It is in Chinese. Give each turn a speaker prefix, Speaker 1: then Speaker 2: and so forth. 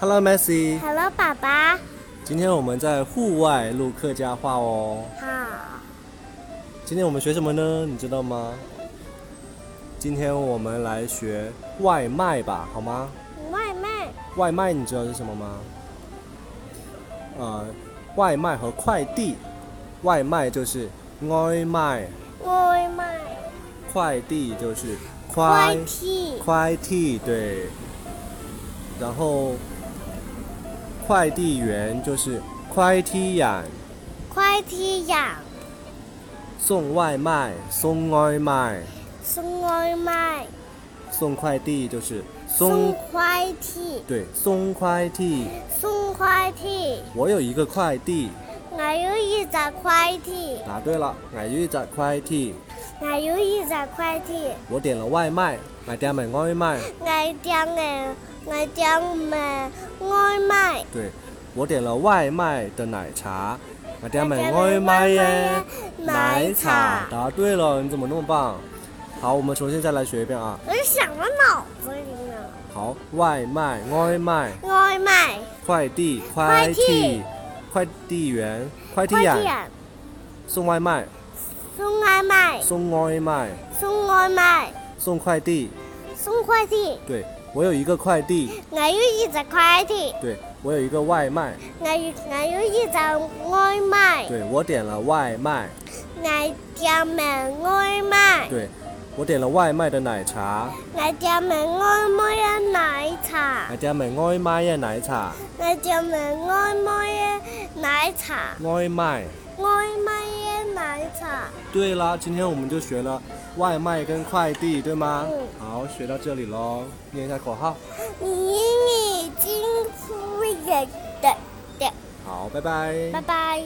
Speaker 1: Hello Messi，
Speaker 2: Hello，爸爸。
Speaker 1: 今天我们在户外录客家话哦。
Speaker 2: 好，
Speaker 1: 今天我们学什么呢？你知道吗？今天我们来学外卖吧，好吗？
Speaker 2: 外卖。
Speaker 1: 外卖你知道是什么吗？呃，外卖和快递，外卖就是外卖，
Speaker 2: 外卖。
Speaker 1: 快递就是快
Speaker 2: 快递。
Speaker 1: 快递对，然后快递员就是快递员，
Speaker 2: 快递人
Speaker 1: 送外卖、送外卖、
Speaker 2: 送外卖，
Speaker 1: 送快递就是
Speaker 2: 送
Speaker 1: 送
Speaker 2: 快递，
Speaker 1: 对送快递。
Speaker 2: 送快递。
Speaker 1: 我有一个快递，
Speaker 2: 我有一只快递，
Speaker 1: 答对了，我有一只快递，
Speaker 2: 我有一只快递。
Speaker 1: 我点了外卖，我点了外卖，
Speaker 2: 我点的，我点的外卖。
Speaker 1: 对我点了外卖的奶茶，我点了
Speaker 2: 我
Speaker 1: 外
Speaker 2: 点的
Speaker 1: 卖
Speaker 2: 外
Speaker 1: 耶
Speaker 2: 卖，
Speaker 1: 奶
Speaker 2: 奶
Speaker 1: 茶
Speaker 2: 茶。
Speaker 1: 答对了，你怎么那么棒？好，我们重新再来学一遍啊。
Speaker 2: 我想到脑子里了。
Speaker 1: 好，外卖、外卖、
Speaker 2: 外卖，
Speaker 1: 快递、
Speaker 2: 快
Speaker 1: 快递
Speaker 2: 递、
Speaker 1: 快递员、快递
Speaker 2: 快
Speaker 1: 员
Speaker 2: 递人
Speaker 1: 送外卖、
Speaker 2: 送外卖，
Speaker 1: 送外卖、
Speaker 2: 送外卖，
Speaker 1: 送快递。
Speaker 2: 送快递。
Speaker 1: 对我有一个快递，
Speaker 2: 我有一只快递，
Speaker 1: 对我有一个外卖，
Speaker 2: 我有我有一只外卖，
Speaker 1: 对我点了外卖，
Speaker 2: 我点的外卖，
Speaker 1: 对我点了外卖的奶茶，
Speaker 2: 我点的外卖的奶茶
Speaker 1: 我，点了外卖的奶茶，
Speaker 2: 我点的外卖的奶茶，
Speaker 1: 外卖。
Speaker 2: 外卖的奶茶。
Speaker 1: 对啦，今天我们就学了外卖跟快递，对吗
Speaker 2: 嗯？
Speaker 1: 好，学到这里喽，念一下口号。
Speaker 2: 你已经出人的，
Speaker 1: 好，拜拜。
Speaker 2: 拜拜。